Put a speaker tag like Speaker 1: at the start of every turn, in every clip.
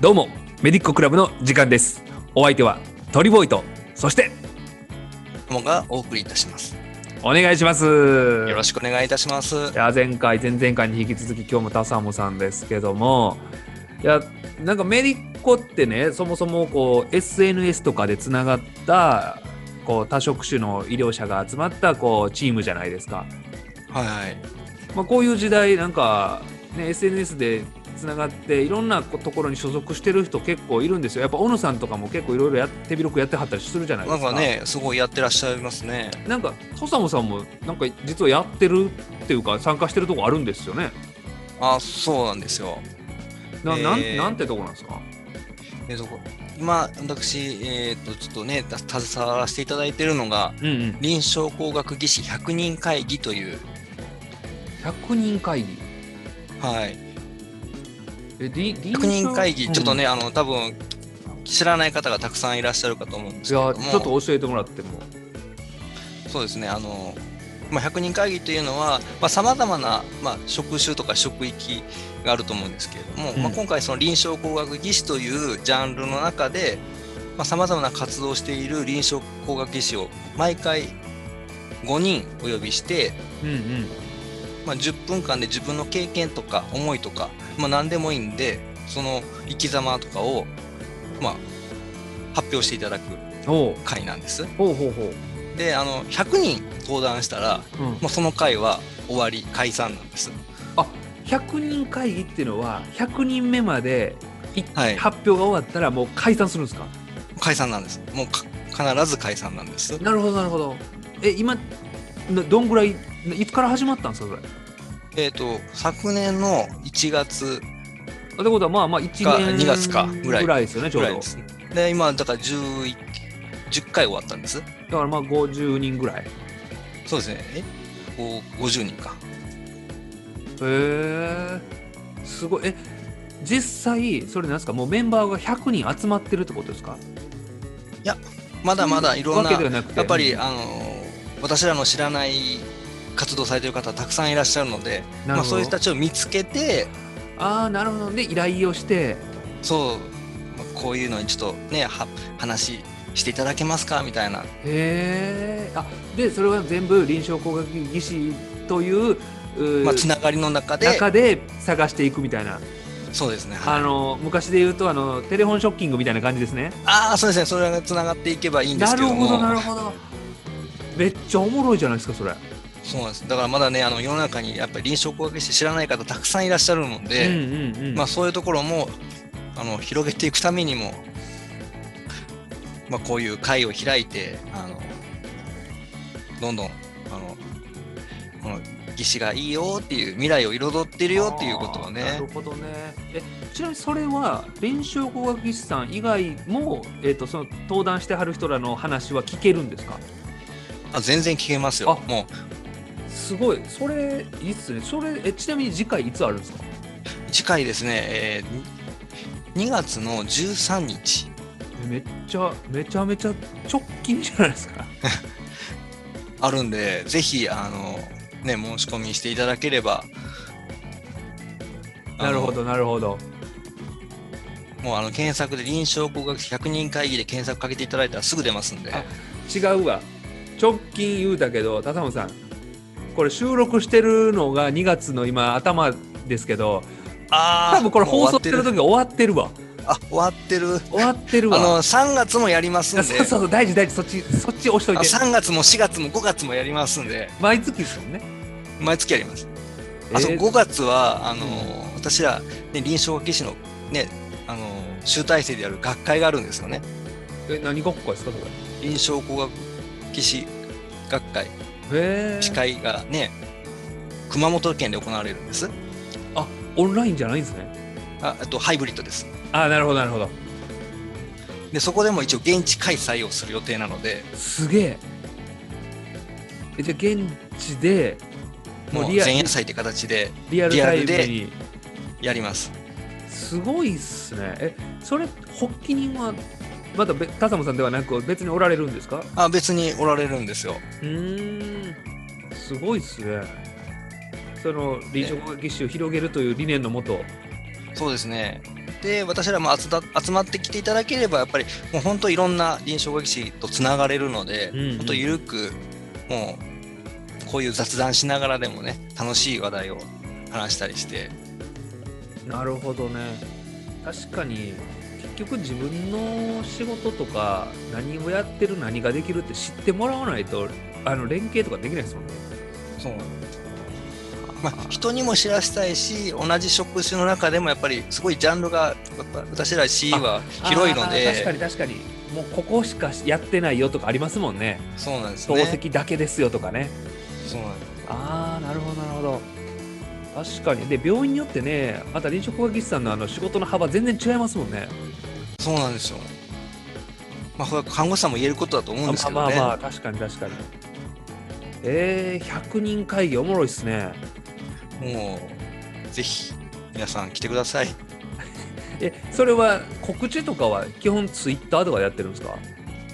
Speaker 1: どうもメディッククラブの時間ですお相手はトリボーイとそして
Speaker 2: もがお送りいたします。
Speaker 1: お願いします
Speaker 2: よろしくお願いいたします。
Speaker 1: いや前回前々回に引き続き今日もタサモさんですけどもいやなんかメディッコってねそもそもこう SNS とかでつながったこう多職種の医療者が集まったこうチームじゃないですか、
Speaker 2: はい。
Speaker 1: まあ、こういう時代なんか、ね、SNS でつながっていろんなこところに所属してる人結構いるんですよやっぱ小野さんとかも結構いろいろや手広くやってはったりするじゃないで
Speaker 2: なん
Speaker 1: すか
Speaker 2: かね、すごいやってらっしゃいますね。
Speaker 1: なんか土佐さんもなんか実はやってるっていうか参加してるとこあるんですよね
Speaker 2: あ、そうなんですよ。
Speaker 1: な,、
Speaker 2: え
Speaker 1: なん
Speaker 2: ー
Speaker 1: なんてとこなんですか
Speaker 2: えーと、今、私、えっ、と、ちょっとね、た携わらせていただいているのが、
Speaker 1: うんうん
Speaker 2: 臨床工学技師100人会議という、
Speaker 1: 100人会議
Speaker 2: はい。
Speaker 1: えり臨
Speaker 2: 100人
Speaker 1: 床
Speaker 2: 会議、ちょっとね、
Speaker 1: うん
Speaker 2: あの、多分知らない方がたくさんいらっしゃるかと思うんです
Speaker 1: い
Speaker 2: けれ
Speaker 1: や
Speaker 2: ども、
Speaker 1: ちょっと教えてもらっても
Speaker 2: そうですね、あの、まあ、100人会議というのは、まあ、様々な、まあ、職種とか職域があると思うんですけれども、
Speaker 1: うん
Speaker 2: まあ、今回その臨床工学技師というジャンルの中で、まあ、様々な活動をしている臨床工学技師を毎回5人お呼びして、
Speaker 1: うんうん
Speaker 2: まあ、10分間で自分の経験とか思いとか、まあ、何でもいいんで、その生き様とかを、まあ、発表していただく
Speaker 1: おう
Speaker 2: 会なんです。
Speaker 1: ほうほうほう
Speaker 2: で、あの、100人登壇したら、
Speaker 1: うん
Speaker 2: もうその会は終わり解散なんです。
Speaker 1: あ100人会議っていうのは100人目までい
Speaker 2: はい
Speaker 1: 発表が終わったらもう解散するんですか
Speaker 2: 解散なんです。もうか必ず解散なんです。
Speaker 1: なるほどなるほどえ今などんぐらいないつから始まったんですかそれ
Speaker 2: えっ、と昨年の1月
Speaker 1: あってことはまあまあ1
Speaker 2: か
Speaker 1: 年
Speaker 2: 2月かぐらい
Speaker 1: ですよねちょ
Speaker 2: ぐ
Speaker 1: う
Speaker 2: ら
Speaker 1: ど
Speaker 2: いです。で今だから11 10回終わったんです。
Speaker 1: だからまあ50人ぐらいへ
Speaker 2: そうですね。えこう50人か。
Speaker 1: えすごいえ実際それなんですかもうメンバーが100人集まってるってことですか
Speaker 2: まだまだいろんな、
Speaker 1: わけでは
Speaker 2: や
Speaker 1: なくて
Speaker 2: っぱり、
Speaker 1: うん
Speaker 2: あの私らの知らない活動されてる方たくさんいらっしゃるので、
Speaker 1: なる
Speaker 2: まあ、
Speaker 1: ほど
Speaker 2: そういう人たちを見つけて
Speaker 1: ああなるほどで依頼をして
Speaker 2: そうまあこういうのにちょっとねは話していただけますかみたいな
Speaker 1: へえあでそれは全部臨床工学技師というう
Speaker 2: まあ、つながりの中で、
Speaker 1: 中で探していくみたいな
Speaker 2: そうですね、はい
Speaker 1: あの昔で言うとあのテレフォンショッキングみたいな感じですね
Speaker 2: ああ、そうですね、それがつながっていけばいいんで
Speaker 1: な
Speaker 2: すけ
Speaker 1: る
Speaker 2: ど
Speaker 1: ほ
Speaker 2: も、
Speaker 1: どなるほどめっちゃおもろいじゃないですかそれ、
Speaker 2: そうなんですだからまだね、あの世の中にやっぱり臨床工学士知らない方、たくさんいらっしゃるので、
Speaker 1: うんうんうん
Speaker 2: まあ、そういうところもあの広げていくためにも、まあ、こういう会を開いて、あのどんどんあのこの技師がいいよっていう、未来を彩ってるよっていうことを
Speaker 1: あーな
Speaker 2: ね
Speaker 1: る、ほどねえちなみにそれは臨床工学技師さん以外も、えー、とその登壇してはる人らの話は聞けるんですか
Speaker 2: あ全然聞けますよ、
Speaker 1: あ
Speaker 2: も
Speaker 1: すごいそれいいっすねそれえちなみに次回いつあるんですか
Speaker 2: う次回ですね、えー2月の13日。
Speaker 1: えめっちゃめちゃめちゃ直近じゃないですか
Speaker 2: あるんで、ぜひ、あの、ね、申し込みしていただければ。
Speaker 1: なるほどなるほど
Speaker 2: あの。もう、あの、検索で臨床工学100人会議で検索かけていただいたらすぐ出ますんで。
Speaker 1: あ違うわ直近言うたけど笹本さんこれ収録してるのが2月の今頭ですけど
Speaker 2: あ
Speaker 1: 多分これ放送してる
Speaker 2: もう
Speaker 1: 時が終わってるわ
Speaker 2: 終わってる。あ、終わってる。
Speaker 1: 終わってる
Speaker 2: あ
Speaker 1: わ
Speaker 2: の、3月もやりますん
Speaker 1: あ
Speaker 2: で。
Speaker 1: そうそうそう大事大事そっちそっち押しとい
Speaker 2: あ
Speaker 1: て
Speaker 2: 3月も4月も5月もやりますんで、
Speaker 1: 毎月ですもんね
Speaker 2: 毎月やります。あと
Speaker 1: えー
Speaker 2: 5月は、あの、私ら、ね、臨床技師の、ね、あの、集大成でやる学会があるんですよね。
Speaker 1: え何ごっこですかそれ
Speaker 2: 臨床工学技師学会。
Speaker 1: へえ
Speaker 2: 司会がね、熊本県で行われるんです。
Speaker 1: あオンラインじゃないんですね
Speaker 2: ああとハイブリッドです。
Speaker 1: あなるほどなるほど
Speaker 2: で、そこでも一応現地開催をする予定なので、
Speaker 1: すげええじゃあ現地でも
Speaker 2: も
Speaker 1: う
Speaker 2: う
Speaker 1: リア
Speaker 2: 前夜祭って形で
Speaker 1: リアル
Speaker 2: リア
Speaker 1: タイ
Speaker 2: ルで
Speaker 1: ムに
Speaker 2: やります。
Speaker 1: すごいっすねえそれ発起人はまた別笠間さんではなく別におられるんですか
Speaker 2: あ、別におられるんですよ。
Speaker 1: うーんすごいっすねその臨床学習を広げるという理念のもと
Speaker 2: そうですね。で私らも集だ集まってきていただければやっぱりもう本当いろんな臨床学士とつながれるので、
Speaker 1: うんうん
Speaker 2: 本当ゆるくもうこういう雑談しながらでもね楽しい話題を話したりして
Speaker 1: なるほどね確かに結局自分の仕事とか何をやってる何ができるって知ってもらわないとあの連携とかできないですもんね
Speaker 2: そうまあ、人にも知らせたいし同じ職種の中でもやっぱりすごいジャンルがやっぱ私ら C は広いの
Speaker 1: あー確か
Speaker 2: で
Speaker 1: に確かにもうここしかやってないよとかありますもんね
Speaker 2: そうなんです
Speaker 1: 透
Speaker 2: ね。
Speaker 1: 析だけですよとかね
Speaker 2: そうなんです
Speaker 1: ああなるほどなるほど確かにで病院によってねまた臨床学技士さんのあの仕事の幅全然違いますもんね
Speaker 2: そうなんですよ。まあ、これは看護師さんも言えることだと思うんです
Speaker 1: あ
Speaker 2: け
Speaker 1: ま
Speaker 2: ど
Speaker 1: あ
Speaker 2: ね。
Speaker 1: まあまあ確かに確かにえー、100人会議おもろいっすね
Speaker 2: もう、ぜひ、皆さん来てください。
Speaker 1: えそれは告知とかは基本ツイッターとかでやってるんですか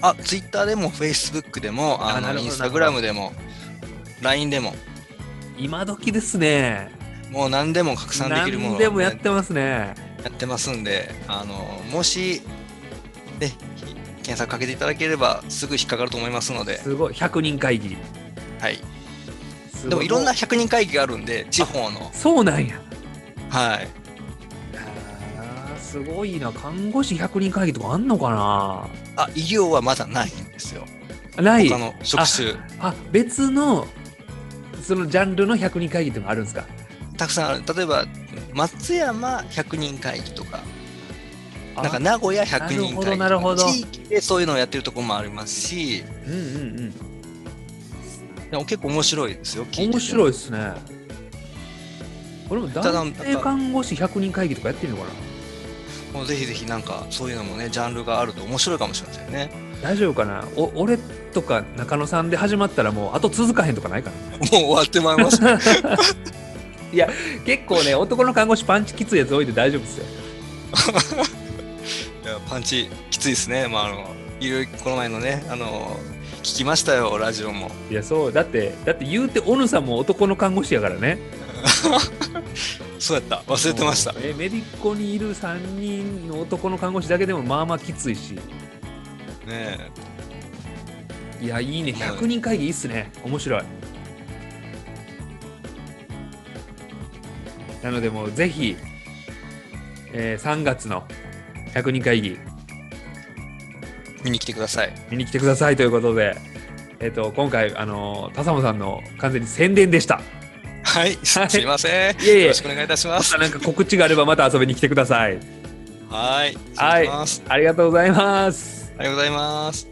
Speaker 2: あ、ツイッターでも、フェイスブックでも、
Speaker 1: あ
Speaker 2: あ
Speaker 1: なる
Speaker 2: の、
Speaker 1: ほ
Speaker 2: イ
Speaker 1: ど
Speaker 2: ンスタグラムでも、LINE でも、
Speaker 1: 今時ですね
Speaker 2: もう何でも拡散できるもの
Speaker 1: 何
Speaker 2: を
Speaker 1: でもやっ
Speaker 2: ね
Speaker 1: てますね
Speaker 2: やってますんで、あの、もし、ね、検索かけていただければ、すぐ引っかかると思いますので、
Speaker 1: すごい100人会議
Speaker 2: はい。
Speaker 1: すご
Speaker 2: でも、いろんな100人会議があるんで、地方の、
Speaker 1: そうなんや
Speaker 2: はい。
Speaker 1: あーすごいな看護師100人会議とかあんのか
Speaker 2: あ、医療はまだないんですよ。
Speaker 1: なない
Speaker 2: 他の職種、
Speaker 1: あ別のそのジャンルの100人会議っていうのがあるんですか
Speaker 2: たくさんある例えば松山100人会議とか
Speaker 1: あ
Speaker 2: なんか名古屋100人会議とか
Speaker 1: なるほどなるほど
Speaker 2: 地域でそういうのをやってるところもありますし
Speaker 1: うんうんうん
Speaker 2: でも結構面白いですよ聞いてて
Speaker 1: 面白いですね俺も男
Speaker 2: ただなん
Speaker 1: 性
Speaker 2: か
Speaker 1: 看護師100人会議とかやってるのかな
Speaker 2: もうぜひぜひなんかそういうのもねジャンルがあると面白いかもしれませんね
Speaker 1: 大丈夫かなお俺とか中野さんで始まったらもうあと続かへんとかないかな
Speaker 2: もう終わってまいります
Speaker 1: 結構ね男の看護師パンチきついやつ多いんで大丈夫ですよ
Speaker 2: いやパンチきついですねまああのいろいろこの前のねあの聞きましたよラジオも
Speaker 1: いやそうだってだって言うておぬさんも男の看護師やからね
Speaker 2: そうやった忘れてました
Speaker 1: うんえメディッコにいる3人の男の看護師だけでもまあまあきついし
Speaker 2: ね
Speaker 1: いやいいね
Speaker 2: うん
Speaker 1: 100人会議いいっすね面白いなのでもうぜひ、えー3月の100人会議
Speaker 2: え見に来てください
Speaker 1: 見に来てくださいということで、えっと今回あの笹野さんの完全に宣伝でした
Speaker 2: はいすいません
Speaker 1: いえいえ
Speaker 2: よろしくお願いいたしま
Speaker 1: ますたなんか告知があればまた遊びに来てください
Speaker 2: は
Speaker 1: は
Speaker 2: い。
Speaker 1: い
Speaker 2: 失礼します
Speaker 1: ありがとうございます
Speaker 2: ありがとうございます。